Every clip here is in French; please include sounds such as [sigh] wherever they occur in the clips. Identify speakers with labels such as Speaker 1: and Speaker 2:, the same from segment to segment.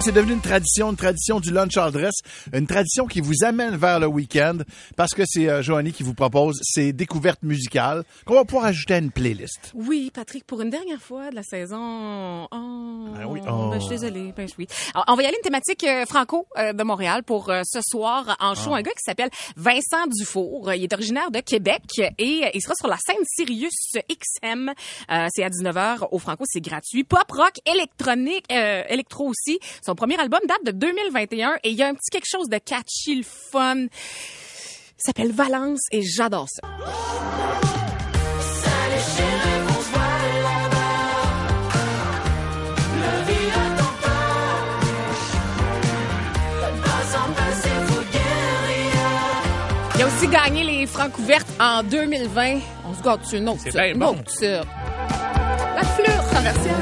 Speaker 1: C'est devenu une tradition, une tradition du lunch address, une tradition qui vous amène vers le week-end parce que c'est euh, Joanie qui vous propose ses découvertes musicales qu'on va pouvoir ajouter à une playlist.
Speaker 2: Oui, Patrick, pour une dernière fois de la saison. Oh,
Speaker 1: Ben oui, oh.
Speaker 2: ben, je suis désolée. Ben, je- oui. Alors, on va y aller une thématique euh, franco euh, de Montréal pour euh, ce soir en
Speaker 1: Ah.
Speaker 2: show. Un gars qui s'appelle Vincent Dufour. Euh, Il est originaire de Québec et euh, il sera sur la scène Sirius XM. Euh, c'est à 19h au franco, c'est gratuit. Pop, rock, électronique, euh, électro aussi. Son premier album date de 2021 et il y a un petit quelque chose de catchy, le fun. Ça s'appelle Valence et j'adore ça. Il a aussi gagné les francs couvertes en 2020. On se garde sur une autre.
Speaker 3: C'est
Speaker 2: ça,
Speaker 3: bien
Speaker 2: une
Speaker 3: bon.
Speaker 2: autre, ça. La fleur traversière.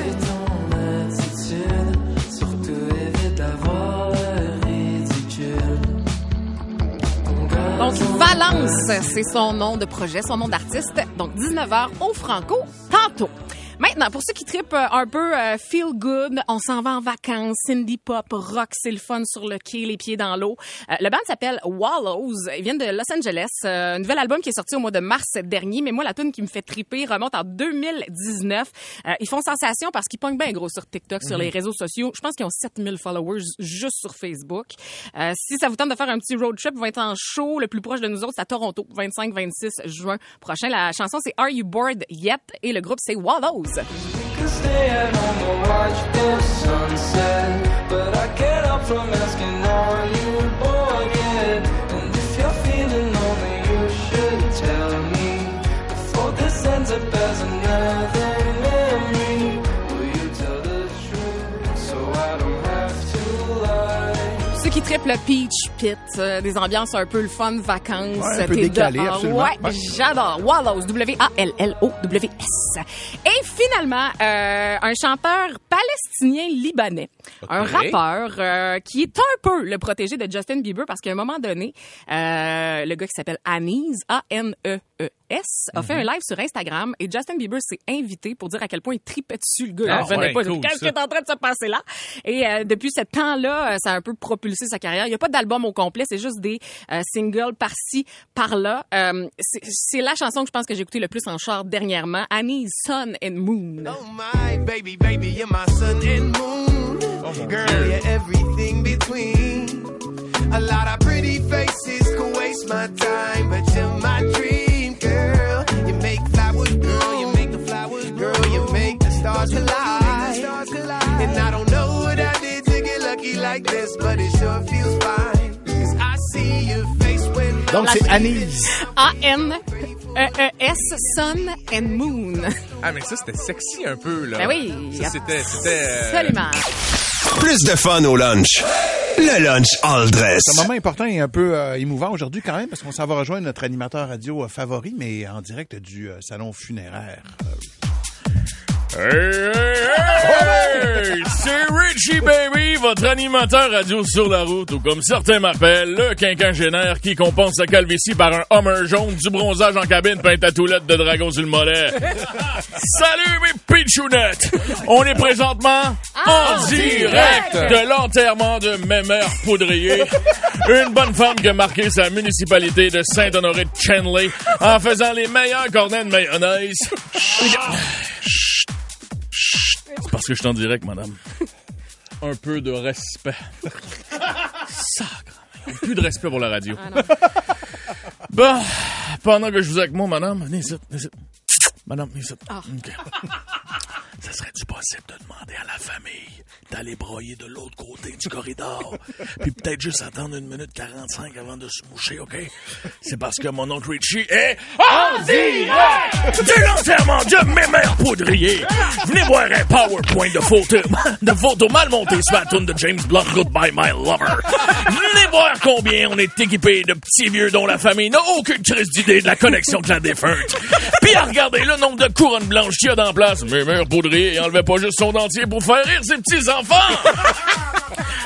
Speaker 2: Donc, Valence, c'est son nom de projet, son nom d'artiste. Donc, 19h au Franco, tantôt. Maintenant, pour ceux qui tripent euh, un peu euh, feel good, on s'en va en vacances, Cindy Pop, rock, c'est le fun sur le quai, les pieds dans l'eau. Euh, le band s'appelle Wallows. Ils viennent de Los Angeles. Euh, un nouvel album qui est sorti au mois de mars dernier, mais moi, la tune qui me fait triper remonte en 2019. Euh, ils font sensation parce qu'ils pognent bien gros sur TikTok, sur les réseaux sociaux. Je pense qu'ils ont 7000 followers juste sur Facebook. Euh, si ça vous tente de faire un petit road trip, vous être en show. Le plus proche de nous autres, c'est à Toronto, 25-26 juin prochain. La chanson, c'est Are You Bored Yet? Et le groupe, c'est Wallows. Ceux qui triplent le Peach Pit, euh, des ambiances un peu le fun, vacances,
Speaker 1: Ouais, un peu
Speaker 2: t'es
Speaker 1: décalé,
Speaker 2: dehors.
Speaker 1: absolument.
Speaker 2: Ouais,
Speaker 1: Ouais.
Speaker 2: j'adore. Wallows, W-A-L-L-O-W-S. Et finalement, euh, un chanteur palestinien-libanais, un rappeur euh, qui est un peu le protégé de Justin Bieber parce qu'à un moment donné, euh, le gars qui s'appelle Anis, A-N-E-E-S, E a
Speaker 1: Mhm.
Speaker 2: fait un live sur Instagram et Justin Bieber s'est invité pour dire à quel point il tripait dessus le gars.
Speaker 3: Ah
Speaker 2: Il en venait
Speaker 3: ouais,
Speaker 2: pas. Il dit,
Speaker 3: cool,
Speaker 2: Qu'est-ce
Speaker 3: ça.
Speaker 2: que est en train de se passer là. Et euh, depuis ce temps-là, euh, ça a un peu propulsé sa carrière. Il n'y a pas d'album au complet, c'est juste des euh, singles par-ci, par-là. Euh, c'est- c'est la chanson que je pense que j'ai écoutée le plus en char dernièrement, Annie, Sun and Moon.
Speaker 4: Oh my baby, baby, you're my sun and moon. Girl, you're everything between. A lot of pretty faces could waste my time, but you're my dream, girl. You make flowers girl, you make the flowers girl, you make the stars collide. And I don't know what I did to get lucky like this, but it sure feels fine. 'Cause I see your face when
Speaker 1: Donc c'est Anise.
Speaker 2: A-N-E-E-S, Sun and Moon.
Speaker 3: Ah, mais ça, c'était sexy un peu, là.
Speaker 2: Ben oui.
Speaker 3: Ça, c'était. c'était, euh,
Speaker 2: Absolument.
Speaker 5: Plus de fun au lunch. Le lunch all dress.
Speaker 1: C'est un moment important et un peu euh, émouvant aujourd'hui quand même parce qu'on s'en va rejoindre notre animateur radio euh, favori, mais en direct du euh, salon funéraire.
Speaker 3: Euh, Hey, hey, hey! C'est Richie Baby, votre animateur radio sur la route, ou comme certains m'appellent, le quinquagénaire qui compense sa calvitie par un Hummer jaune, du bronzage en cabine, puis un tatoulette de dragon sur le mollet. [laughs] Salut mes pitchounettes! On est présentement Ah, en direct de l'enterrement de Mémère Poudrier, une bonne femme qui a marqué sa municipalité de Saint-Honoré de Chenley en faisant les meilleurs cornets de mayonnaise. C'est parce que je suis en direct, madame. [laughs] Un peu de respect. [laughs] Sacre. Plus de respect pour la radio. bon, pendant que je vous ai avec moi, madame, venez ici, venez ici. Madame, venez ici. OK. Ça serait-tu possible de demander à la famille d'aller broyer de l'autre côté du corridor, puis peut-être juste attendre une minute 45 avant de se moucher, OK? C'est parce que mon oncle Richie est en direct de l'enterrement de mes mères poudriers. Venez voir un PowerPoint de photos [laughs] de photos mal montées sur la toune de James Blunt, Goodbye My Lover. Venez voir combien on est équipé de petits vieux dont la famille n'a aucune triste d'idée de la connexion de la défunte. Puis regardez le nombre de couronnes blanches qu'il y a dans la place. Mes mères poudriers dentier et enlevait pas juste son dentier pour faire rire ses petits-enfants.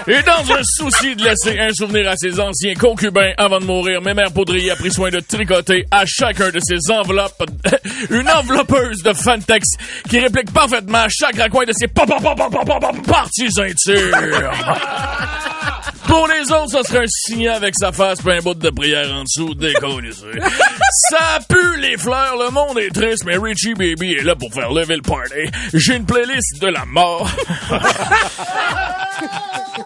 Speaker 3: Et dans un souci de laisser un souvenir à ses anciens concubins avant de mourir, Mémère Poudrier a pris soin de tricoter à chacun de ses enveloppes [laughs] une enveloppeuse de Fantex qui réplique parfaitement à chaque raccoin de ses pa- pa- pa- pa- pa- pa- pa- parties ceintures. [laughs] Pour les autres, ça serait un signal avec sa face puis un bout de prière en dessous, décollissé. ça pue les fleurs, le monde est triste, mais Richie Baby est là pour faire lever le party. J'ai une playlist de la mort.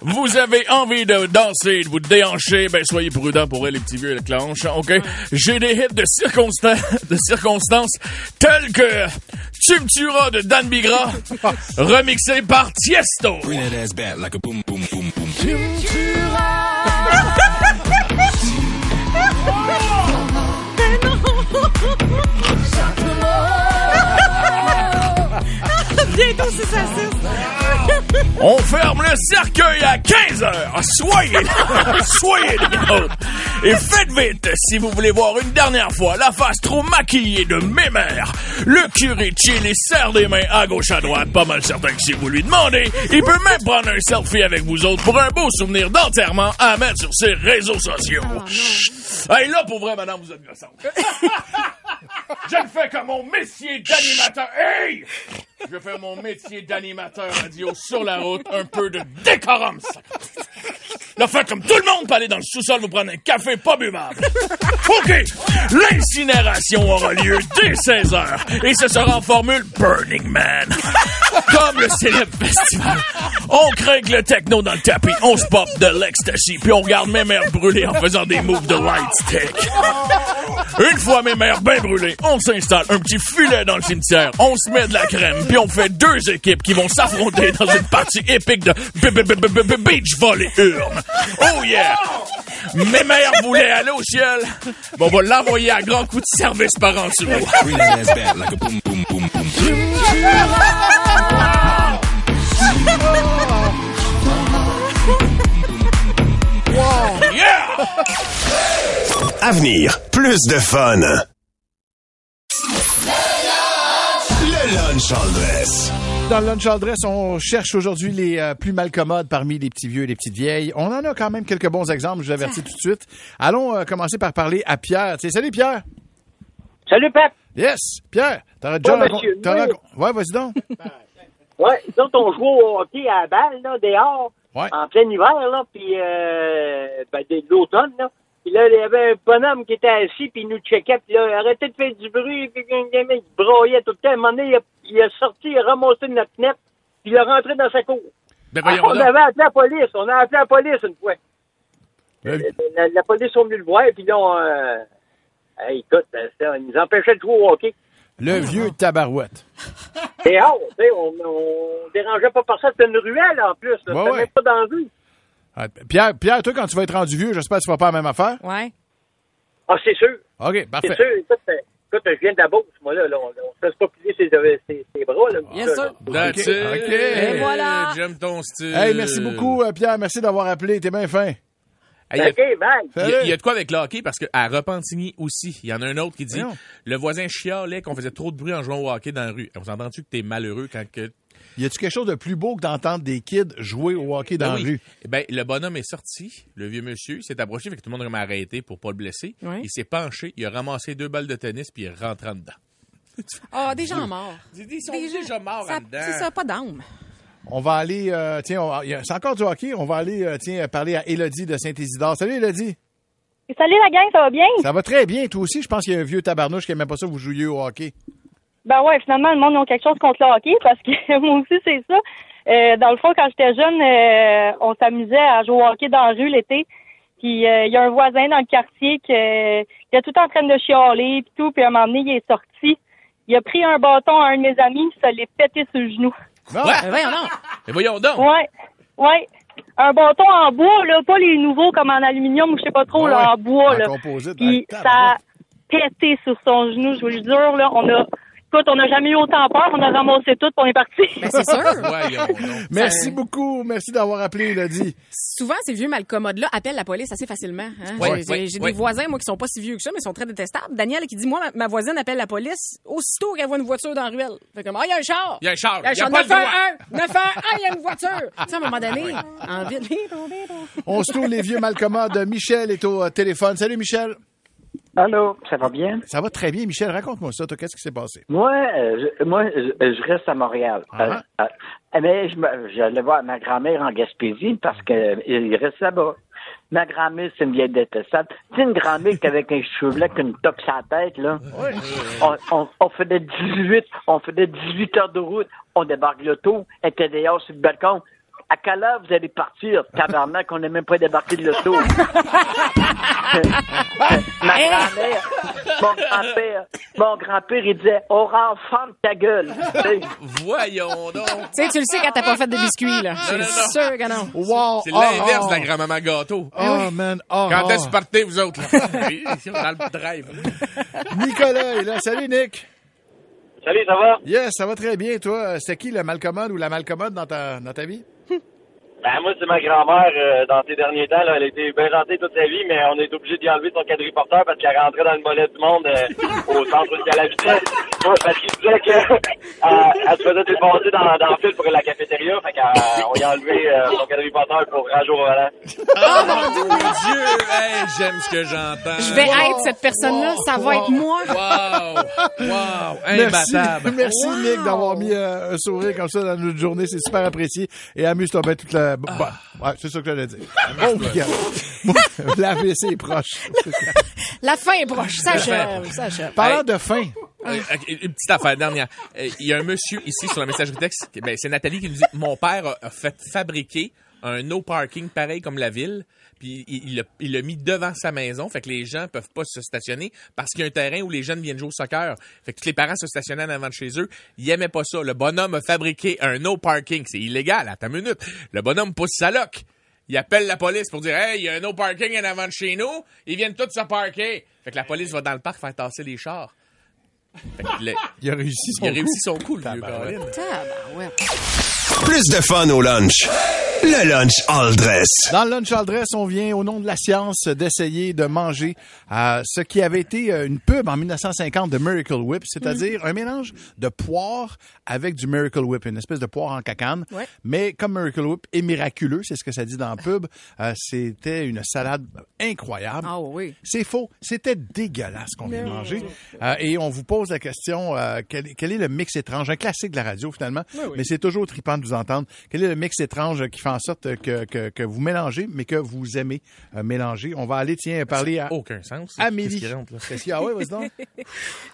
Speaker 3: Vous avez envie de danser, de vous déhancher, ben soyez prudents pour elle, les petits vieux et les clanches, ok? J'ai des hits de circonstances, de circonstances telles que Tu me tueras de Dan Bigra, remixé par Tiesto.
Speaker 2: Bientôt, c'est ça,
Speaker 3: On ferme le cercueil à 15 heures. Ah, Soyez là. [laughs] Soyez là. Et faites vite si vous voulez voir une dernière fois la face trop maquillée de mes mères. Le curé les serre des mains à gauche à droite. Pas mal certain que si vous lui demandez, il peut même prendre un selfie avec vous autres pour un beau souvenir d'enterrement à mettre sur ses réseaux sociaux. Chut. Hey, là, pour vrai, madame, vous êtes gossante. Je le fais comme mon métier d'animateur. Hey! Je fais mon métier d'animateur radio sur la route, un peu de décorum, ça. Là, faites comme tout le monde pour aller dans le sous-sol vous prendre un café pas buvable. OK! L'incinération aura lieu dès 16h et ce sera en formule Burning Man. Comme le célèbre festival. On craint que le techno dans le tapis, on se pop de l'ecstasy, puis on regarde mes mères brûler en faisant des moves de light stick. Une fois mes mères bien brûlées, on s'installe un petit filet dans le cimetière, on se met de la crème, puis on fait deux équipes qui vont s'affronter dans une partie épique de b- b- b- b- b- beach volley urne. Oh yeah! Mes mères voulaient aller au ciel. Bon, on va l'envoyer à grand coup de service par en dessous. Yeah!
Speaker 5: Avenir, plus de fun. Le lunch all dress.
Speaker 1: Oh! Dans le Lunch Aldress, on cherche aujourd'hui les euh, plus mal commodes parmi les petits vieux et les petites vieilles. On en a quand même quelques bons exemples, je vous avertis tout de suite. Allons euh, commencer par parler à Pierre. Tu sais, salut Pierre!
Speaker 6: Salut, Pat.
Speaker 1: Yes! Pierre! T'aurais déjà
Speaker 6: Oh,
Speaker 1: raccon-
Speaker 6: monsieur,
Speaker 1: t'as
Speaker 6: oui.
Speaker 1: raccon- Ouais, vas-y donc!
Speaker 6: Ouais, nous autres, on jouait au hockey à la balle, là, dehors,
Speaker 1: Ouais.
Speaker 3: Ah.
Speaker 6: en plein hiver, là, puis euh, ben, de l'automne, là. Puis là, il y avait un bonhomme qui était assis, puis il nous checkait, puis là, arrêtez de faire du bruit, puis il broyait tout le temps. À un moment donné, il a, il a sorti, il a ramassé notre fenêtre, puis il a rentré dans sa cour.
Speaker 3: Ben,
Speaker 6: Ah,
Speaker 3: voyons
Speaker 6: on
Speaker 3: donc.
Speaker 6: avait appelé la police, on a appelé la police une fois. La, la police sont venus le voir, puis là, on, euh, eh, écoute, ben, ça, ils nous empêchaient de jouer au hockey.
Speaker 1: Le vieux tabarouette.
Speaker 6: Et oh, tu sais, on, on dérangeait pas personne. C'était une ruelle en plus. là. C'était
Speaker 1: Ouais, ouais.
Speaker 6: même pas dans la rue.
Speaker 1: Ah, Pierre, Pierre, toi, quand tu vas être rendu vieux, j'espère que tu vas pas la même affaire.
Speaker 2: Ouais.
Speaker 6: Ah, c'est sûr.
Speaker 1: OK,
Speaker 6: C'est
Speaker 1: parfait.
Speaker 6: sûr. Écoute, euh, écoute, je viens de la bourse, moi, là. là on ne se pas plier ses, euh, ses, ses bras, là.
Speaker 2: Bien
Speaker 6: Là,
Speaker 2: sûr.
Speaker 6: là.
Speaker 3: That's
Speaker 1: Ok.
Speaker 3: it.
Speaker 1: Ok. Et
Speaker 2: voilà.
Speaker 3: J'aime ton style.
Speaker 1: Hey, merci beaucoup, euh, Pierre. Merci d'avoir appelé. T'es bien fin.
Speaker 7: Hey, il y a-
Speaker 6: OK, bye.
Speaker 7: Il y, a, il y
Speaker 1: Salut.
Speaker 7: a de quoi avec le hockey parce que à Repentigny aussi, il y en a un autre qui dit
Speaker 1: Voyons.
Speaker 7: le voisin chialait qu'on faisait trop de bruit en jouant au hockey dans la rue. On s'entend-tu que t'es malheureux quand que
Speaker 1: Y a-tu quelque chose de plus beau que d'entendre des kids jouer au hockey dans
Speaker 7: Ben
Speaker 1: la
Speaker 7: oui.
Speaker 1: rue?
Speaker 7: Eh Ben, le bonhomme est sorti, le vieux monsieur, il s'est approché, fait que tout le monde a comme arrêté pour pas le blesser.
Speaker 2: Ouais.
Speaker 7: Il s'est penché, il a ramassé deux balles de tennis puis il est rentré en dedans.
Speaker 2: Ah, des gens morts.
Speaker 7: Ils sont
Speaker 2: Des gens-
Speaker 7: déjà morts
Speaker 2: ça-
Speaker 7: en dedans.
Speaker 2: C'est ça, pas d'âme.
Speaker 1: On va aller, euh, tiens, on va- y a- c'est encore du hockey. On va aller, euh, tiens, parler à Élodie de Saint-Isidore. Salut, Élodie.
Speaker 8: Salut la gang, ça va bien?
Speaker 1: Ça va très bien. Toi aussi, je pense qu'il y a un vieux tabarnouche qui aimait pas ça que vous jouiez au hockey.
Speaker 8: Ben ouais, finalement, le monde a quelque chose contre le hockey parce que [laughs] moi aussi, c'est ça. Euh, dans le fond, quand j'étais jeune, euh, on s'amusait à jouer au hockey dans la rue l'été. Puis euh, il y a un voisin dans le quartier qui, euh, qui était tout en train de chialer puis tout. Puis à un moment donné, il est sorti. Il a pris un bâton à un de mes amis puis ça l'est pété sur le genou.
Speaker 1: Non,
Speaker 7: Ouais.
Speaker 2: Ben, voyons donc.
Speaker 7: Mais voyons donc!
Speaker 8: Ouais, ouais. Un bâton en bois, là, pas les nouveaux comme en aluminium ou je sais pas trop,
Speaker 1: Ah ouais,
Speaker 8: là, en bois,
Speaker 1: en
Speaker 8: là.
Speaker 1: [laughs] composite.
Speaker 8: Puis
Speaker 1: Ah,
Speaker 8: ça a
Speaker 1: tabarouette.
Speaker 8: pété sur son genou, je vous le jure, là. On a Écoute, on n'a jamais eu autant peur, on a ramassé tout, puis on est parti.
Speaker 2: Ben, c'est sûr.
Speaker 3: Voyons donc.
Speaker 7: [laughs]
Speaker 1: Merci
Speaker 2: Ça-
Speaker 1: beaucoup. Merci d'avoir appelé, Elodie.
Speaker 2: Souvent, ces vieux malcommodes-là appellent la police assez facilement. hein.
Speaker 3: Ouais,
Speaker 2: J'ai-
Speaker 3: ouais,
Speaker 2: J'ai
Speaker 3: ouais.
Speaker 2: des voisins, moi, qui sont pas si vieux que ça, mais ils sont très détestables. Daniel qui dit, moi, ma, ma voisine appelle la police aussitôt qu'elle voit une voiture dans la ruelle. Fait comme, ah, il y a un char!
Speaker 3: Il y a un char,
Speaker 2: Il y a un
Speaker 3: il y a
Speaker 2: char!
Speaker 3: pas le
Speaker 2: 911! 911! Il y a une voiture! tu sais, à un moment donné, en ville...
Speaker 1: On se trouve les vieux malcommodes. Michel est au euh, téléphone. Salut, Michel.
Speaker 4: Allô, ça va bien?
Speaker 1: Ça va très bien, Michel. Raconte-moi ça. toi. Qu'est-ce qui s'est passé?
Speaker 4: Moi, euh, je, moi, je, je reste à Montréal.
Speaker 1: Ah.
Speaker 4: Euh, euh, mais je me- j'allais voir ma grand-mère en Gaspésie parce qu'elle reste là-bas. Ma grand-mère, c'est une vieille détestable. C'est une grand-mère qu'avec un cheveu blanc, qu'une top sa tête, là. On, on, on faisait 18, on faisait 18 heures de route. On débarque l'auto, elle était dehors sur le balcon. À quelle heure vous allez partir? Tabarnak, on n'a même pas débarqué de l'auto. Ma grand-mère, mon grand-père, mon grand-père, il disait, on renferme ta gueule. Tu sais,
Speaker 3: Voyons donc.
Speaker 2: Tu sais, tu le sais quand t'as pas fait de biscuits, là.
Speaker 3: non,
Speaker 2: C'est
Speaker 3: non.
Speaker 2: sûr que non.
Speaker 1: Wow.
Speaker 3: C'est Ah, l'inverse
Speaker 1: oh,
Speaker 3: de la grand-maman gâteau.
Speaker 1: Oh, oh, man. Oh,
Speaker 3: Quand
Speaker 1: oh.
Speaker 3: est-ce que vous partez, vous autres? là? Ah. [laughs] Oui, Dans le drive.
Speaker 1: Nicolas
Speaker 3: [laughs]
Speaker 1: est là. Salut, Nick.
Speaker 6: Salut, ça va?
Speaker 1: Yes, ça va très bien. Toi, Euh, c'est qui le malcommode ou la malcommode dans ta, dans ta vie?
Speaker 6: Ben, moi, c'est ma grand-mère, euh, dans ces derniers temps, là, elle a été bien gentille toute sa vie, mais on est obligé d'y enlever son quadriporteur parce qu'elle rentrait dans le mollet du monde euh, au centre où elle habitait. Moi, parce qu'il disait qu'elle se faisait dépasser dans, dans le fil pour la cafétéria, fait qu'on y a enlevé euh, son quadriporteur pour un jour au volant.
Speaker 3: Oh mon Dieu! Hey, j'aime ce que j'entends.
Speaker 2: Je vais être cette personne-là, ça va être moi.
Speaker 3: Wow! Wow!
Speaker 1: Merci,
Speaker 3: Imbattable.
Speaker 1: [laughs] merci
Speaker 2: Wow.
Speaker 1: Nick d'avoir mis euh, un sourire comme ça dans notre journée. C'est super apprécié. Et amuse-toi bien toute la... Bah,
Speaker 3: Ah.
Speaker 1: ouais, c'est ça que j'allais dire. Oh, [laughs] bien. L'AVC est proche.
Speaker 2: La fin est proche, ça achève, ça achève.
Speaker 1: Parlant de fin,
Speaker 3: Euh, ok, une petite affaire dernière. Euh, Il y a un monsieur ici sur la messagerie texte. qui- Ben, c'est Nathalie qui nous dit Mon père a, a fait fabriquer un no parking pareil comme la ville. Puis il il l'a il l'a mis devant sa maison. Fait que les gens peuvent pas se stationner parce qu'il y a un terrain où les jeunes viennent jouer au soccer. Fait que tous les parents se stationnaient en avant de chez eux. Ils aimaient pas ça. Le bonhomme a fabriqué un no parking. C'est illégal. Attends une minute. Le bonhomme pousse sa loque. Il appelle la police pour dire Hey, il y a un no parking en avant de chez nous. Ils viennent tous se parquer. Fait que la police va dans le parc faire tasser les chars. Fait que le-
Speaker 1: il a réussi son
Speaker 3: il a réussi
Speaker 1: coup.
Speaker 3: son coup, le vieux
Speaker 1: Tabarouette.
Speaker 3: Caroline.
Speaker 2: Tabarouette.
Speaker 5: Plus de fun au lunch. Le lunch all dress.
Speaker 1: Dans le lunch Aldress, on vient au nom de la science d'essayer de manger euh, ce qui avait été euh, une pub en 1950 de Miracle Whip,
Speaker 2: Mhm.
Speaker 1: c'est-à-dire un mélange de poire avec du Miracle Whip, une espèce de poire en cacane.
Speaker 2: Ouais.
Speaker 1: Mais comme Miracle Whip est miraculeux, c'est ce que ça dit dans la pub, euh, c'était une salade incroyable.
Speaker 2: Ah oui.
Speaker 1: C'est faux. C'était dégueulasse ce qu'on vient de manger. Euh, et on vous pose la question, euh, quel, quel est le mix étrange? Un classique de la radio, finalement, mais c'est toujours trippant de vous entendre. Quel est le mix étrange qui fait en sorte que, que, que vous mélangez, mais que vous aimez euh, mélanger? On va aller, tiens, parler à
Speaker 3: Aucun sens. ça.
Speaker 1: Amélie.
Speaker 3: Oh, Qu'est-ce qui rentre, là?
Speaker 1: Qu'est-ce qu'il y a? Ah ouais, vas-y donc.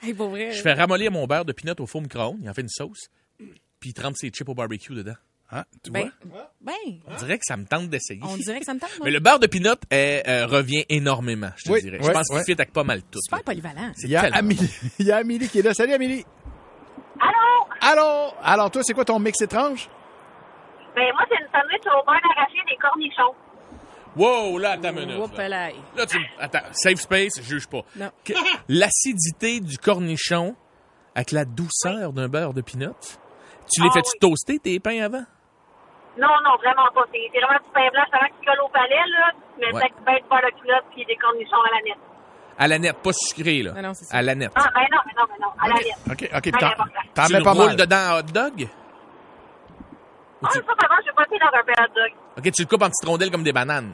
Speaker 2: Hey, pour vrai.
Speaker 3: Je fais ramollir mon beurre de pinot au four micro-ondes. Il en fait une sauce. Puis il trempe ses chips au barbecue dedans.
Speaker 1: Hein, tu vois?
Speaker 2: Ben, ben,
Speaker 1: Ah.
Speaker 3: On dirait que ça me tente d'essayer.
Speaker 2: on dirait que ça me tente. moi.
Speaker 3: Mais le beurre de pinot est, euh, revient énormément, je te
Speaker 1: Oui,
Speaker 3: dirais.
Speaker 1: oui,
Speaker 3: je pense
Speaker 1: oui.
Speaker 3: qu'il fit avec pas mal tout.
Speaker 2: Super polyvalent.
Speaker 3: C'est
Speaker 1: Il y, a
Speaker 3: tellement bon.
Speaker 1: Amélie, [laughs] il y a Amélie qui est là. Salut, Amélie.
Speaker 8: Allô?
Speaker 1: Alors, alors toi, c'est quoi ton mix étrange?
Speaker 8: [laughs] Ben, moi, c'est une sandwich au beurre d'arachide et des cornichons.
Speaker 3: Wow, là, attends une minute.
Speaker 2: Whoop,
Speaker 3: Là,
Speaker 2: là.
Speaker 3: Là, tu me- Attends, safe space, juge pas.
Speaker 2: Non.
Speaker 1: [laughs]
Speaker 3: Que- L'acidité du cornichon avec la douceur d'un beurre de pinot. Tu les
Speaker 8: Ah,
Speaker 3: fais-tu
Speaker 8: oui.
Speaker 3: toaster tes pains avant?
Speaker 8: Non, non, vraiment pas. C'est c'est vraiment du pain blanc, ça qui colle au palais, là. Tu mets
Speaker 3: Ouais.
Speaker 8: ça avec du beurre de beurre de culotte puis des cornichons à la nette.
Speaker 3: À la nette, pas sucré, là.
Speaker 2: Non, non, c'est ça.
Speaker 3: à la nette.
Speaker 8: Ah, ben non, ben non, ben non, à la nette.
Speaker 1: OK, OK. puis
Speaker 8: Ah,
Speaker 1: t'en-
Speaker 8: n'importe quoi.
Speaker 1: T'en
Speaker 3: tu
Speaker 1: mets
Speaker 3: le
Speaker 1: pas
Speaker 3: roules
Speaker 1: mal.
Speaker 3: dedans à hot dog? Ou
Speaker 8: Ah,
Speaker 3: tu-
Speaker 8: ça, vraiment, je vais passer dans un pain hot dog.
Speaker 3: OK, tu le coupes en petites rondelles comme des bananes.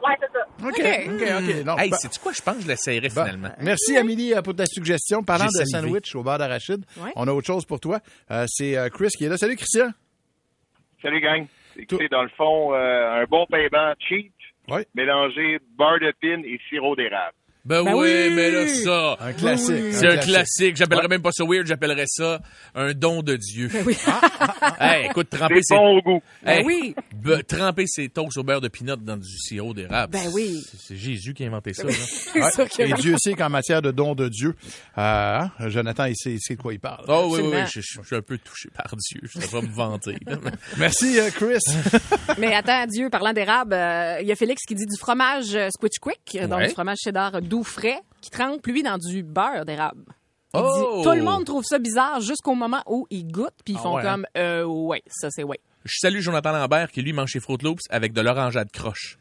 Speaker 3: Hmm.
Speaker 8: Ouais, c'est ça.
Speaker 1: OK, OK, OK. Non,
Speaker 3: Mm.
Speaker 1: ben- Bah,
Speaker 3: hey,
Speaker 1: pas-
Speaker 3: c'est quoi? Je pense que je l'essayerai
Speaker 1: Bon.
Speaker 3: finalement.
Speaker 1: Bah, Merci, Amélie, euh, pour ta suggestion. Parlant
Speaker 3: J'ai
Speaker 1: de
Speaker 3: salivé.
Speaker 1: sandwich au beurre d'arachide,
Speaker 2: Ouais.
Speaker 1: on a autre chose pour toi. Euh, c'est euh, Chris qui est là. Salut, Christian.
Speaker 6: Salut, gang. Écoutez, dans le fond, euh, un bon paiement cheap,
Speaker 1: Oui.
Speaker 6: mélangé beurre de pin et sirop d'érable.
Speaker 3: Ben,
Speaker 2: Ben
Speaker 3: oui,
Speaker 2: oui!
Speaker 3: mais là, ça.
Speaker 1: Un classique.
Speaker 3: C'est un classique. J'appellerais même pas ça weird, j'appellerais ça un don de Dieu.
Speaker 2: Eh Ben oui.
Speaker 3: hey, écoute, tremper ses,
Speaker 6: au goût.
Speaker 3: Ah, hey,
Speaker 2: Ben oui.
Speaker 3: be- tremper ses toasts au beurre de pinot dans du sirop d'érable.
Speaker 2: Ben oui. Ben
Speaker 3: C'est- C'est Jésus qui a inventé ça. là.
Speaker 2: C'est sûr que
Speaker 1: Et
Speaker 2: oui.
Speaker 1: Dieu sait qu'en matière de dons de Dieu, euh, hein, Jonathan, il sait, il sait de quoi il parle.
Speaker 3: Oh oui, oui,
Speaker 2: Absolument.
Speaker 3: oui, je, je- je suis un peu touché par Dieu. Je ne vais pas me vanter.
Speaker 2: [laughs]
Speaker 3: là, mais-
Speaker 1: Merci, euh, Chris.
Speaker 3: [laughs]
Speaker 2: Mais attends, Dieu, parlant d'érable, euh, il y a Félix qui dit du fromage euh, Squitch Quick, euh, donc
Speaker 3: Ouais.
Speaker 2: du fromage cheddar doux frais, qui trempe, lui, dans du beurre d'érable. Il dit,
Speaker 3: Oh!
Speaker 2: tout le monde trouve ça bizarre jusqu'au moment où ils goûtent, puis ils
Speaker 3: Ah
Speaker 2: font
Speaker 3: ouais, hein?
Speaker 2: comme, euh, ouais, ça c'est ouais.
Speaker 3: Je salue Jonathan Lambert qui lui mange ses Fruit Loops avec de l'orangeade croche.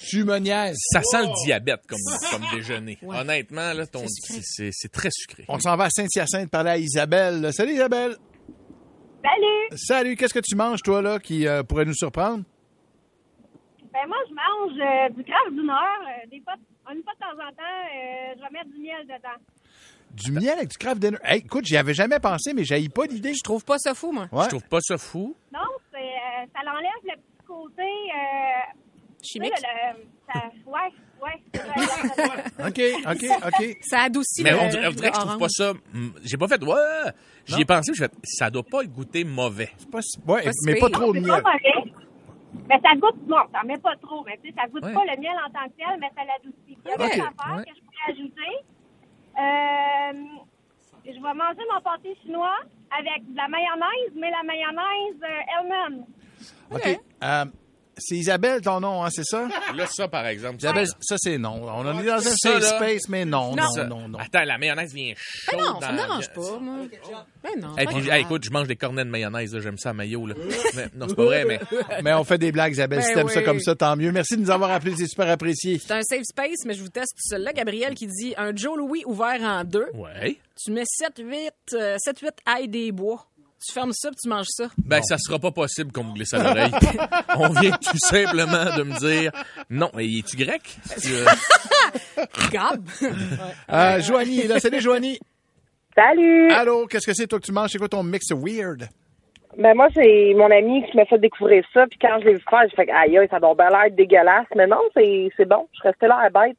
Speaker 9: Tu me niaises.
Speaker 3: Ça sent le diabète comme, comme
Speaker 2: [laughs]
Speaker 3: déjeuner.
Speaker 2: Oh! Ouais.
Speaker 3: Honnêtement, là, ton,
Speaker 2: C'est sucré.
Speaker 3: c'est- c'est c'est très sucré.
Speaker 1: On s'en va à Saint-Hyacinthe parler à Isabelle. là. Salut Isabelle.
Speaker 8: Salut!
Speaker 1: Salut, qu'est-ce que tu manges toi là qui euh, pourrait nous surprendre?
Speaker 8: Ben moi, je mange euh, du crabe du Nord. euh, des fois, une fois de temps en temps, euh, je vais mettre du miel dedans.
Speaker 1: Du miel avec du craft dinner. Hey, écoute, j'y avais jamais pensé, mais j'ai pas l'idée.
Speaker 2: Je trouve pas ça fou, moi.
Speaker 1: Ouais.
Speaker 3: Je trouve pas ça fou.
Speaker 8: Non, c'est, euh, ça l'enlève le petit côté... Euh, tu sais,
Speaker 2: Chimique.
Speaker 8: le- le- ça- ouais, ouais. ouais, ouais.
Speaker 1: OK, OK, OK.
Speaker 2: Ça adoucit
Speaker 3: Mais
Speaker 2: le,
Speaker 3: on dirait, on dirait que je trouve pas
Speaker 2: l'orange.
Speaker 3: ça. mm, J'ai pas fait. Ouais! J'y ai pensé, j'ai fait. Ça doit pas goûter mauvais.
Speaker 1: C'est pas si- ouais,
Speaker 2: Pas si
Speaker 1: mais
Speaker 2: pire.
Speaker 1: pas trop de
Speaker 8: C'est
Speaker 1: miel.
Speaker 8: pas mauvais. Mais ça goûte, non, t'en mets pas trop, mais tu sais, ça goûte
Speaker 3: Ouais.
Speaker 8: pas le miel en tant que tel, mais ça l'adoucit. Il y a
Speaker 2: Ok.
Speaker 8: d'autres affaires
Speaker 3: Ouais.
Speaker 8: que je pourrais ajouter. Euh, je vais manger mon pâté chinois avec de la mayonnaise, mais la mayonnaise euh, elle-même.
Speaker 2: Ben
Speaker 1: OK. Euh, c'est Isabelle ton nom, hein, c'est ça?
Speaker 3: Là, ça, par exemple.
Speaker 1: Isabelle, ça c'est non. On en est dans un
Speaker 3: Ça,
Speaker 1: safe
Speaker 3: là.
Speaker 1: space, mais non, non,
Speaker 3: ça-
Speaker 1: non,
Speaker 3: [laughs]
Speaker 1: non.
Speaker 3: Attends, la mayonnaise vient
Speaker 2: Mais
Speaker 3: chaude.
Speaker 2: non, ça
Speaker 3: dans
Speaker 2: me
Speaker 3: la-
Speaker 2: dérange pas, moi. Mais non.
Speaker 3: Ben, Hey,
Speaker 2: pas
Speaker 3: puis,
Speaker 2: grave.
Speaker 3: hey, écoute, je mange des cornets de mayonnaise, là, j'aime ça à mayo. Là. Mais- non, c'est pas vrai,
Speaker 1: [laughs]
Speaker 3: mais
Speaker 1: Mais on fait des blagues, Isabelle.
Speaker 2: Ben
Speaker 1: si t'aimes ça
Speaker 2: oui.
Speaker 1: comme ça, tant mieux. Merci de nous avoir appelés, c'est super apprécié.
Speaker 2: C'est un safe space, mais je vous teste celui-là. Gabriel qui dit un Joe Louis ouvert en deux.
Speaker 3: ouais.
Speaker 2: Tu mets 7-8 euh, 7-8 ailes des bois. Tu fermes ça puis tu manges ça.
Speaker 3: Ben, ça sera pas possible qu'on me glisse à l'oreille. On vient tout simplement de me dire non, et es-tu grec? Tu, euh,
Speaker 8: [laughs]
Speaker 2: Gab!
Speaker 1: Euh, Joanie, est là, salut Joanie.
Speaker 8: Salut!
Speaker 1: Allô, qu'est-ce que c'est toi que tu manges? C'est quoi ton mix weird?
Speaker 8: Ben moi, c'est mon ami qui m'a fait découvrir ça, puis quand je l'ai vu faire, j'ai fait « Aïe, aïe, ça doit bien l'air dégueulasse », mais non, c'est c'est bon, je restais là à bête.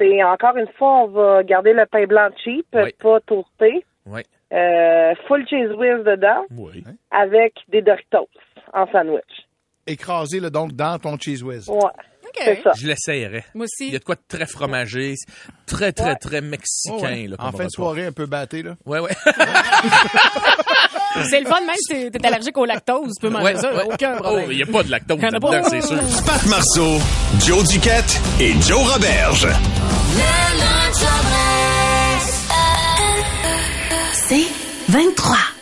Speaker 8: C'est encore une fois, on va garder le pain blanc cheap,
Speaker 3: Oui.
Speaker 8: pas toasté,
Speaker 3: ouais.
Speaker 8: euh, full cheese whiz dedans,
Speaker 3: Oui.
Speaker 8: avec des Doritos en sandwich.
Speaker 1: Écrasé le donc dans ton cheese whiz. Oh,
Speaker 8: Ouais, c'est
Speaker 2: OK.
Speaker 8: ça.
Speaker 3: Je l'essayerais.
Speaker 2: Moi
Speaker 3: Il
Speaker 2: aussi.
Speaker 3: y a de quoi de très fromager, très, très, très mexicain.
Speaker 1: Oh, ouais.
Speaker 3: là, comme
Speaker 1: en fin de
Speaker 3: repas.
Speaker 1: soirée, un peu batté, là.
Speaker 3: Ouais, ouais.
Speaker 2: C'est le fun, même si t'es- t'es allergique au lactose, tu peux manger
Speaker 3: Ouais,
Speaker 2: ça,
Speaker 3: ouais.
Speaker 2: aucun problème.
Speaker 3: Oh, il n'y a pas de lactose
Speaker 2: Il y en a pas.
Speaker 3: dedans, c'est sûr.
Speaker 5: Pat Marceau, Joe Duquette et Joe Roberge.
Speaker 10: C'est 23.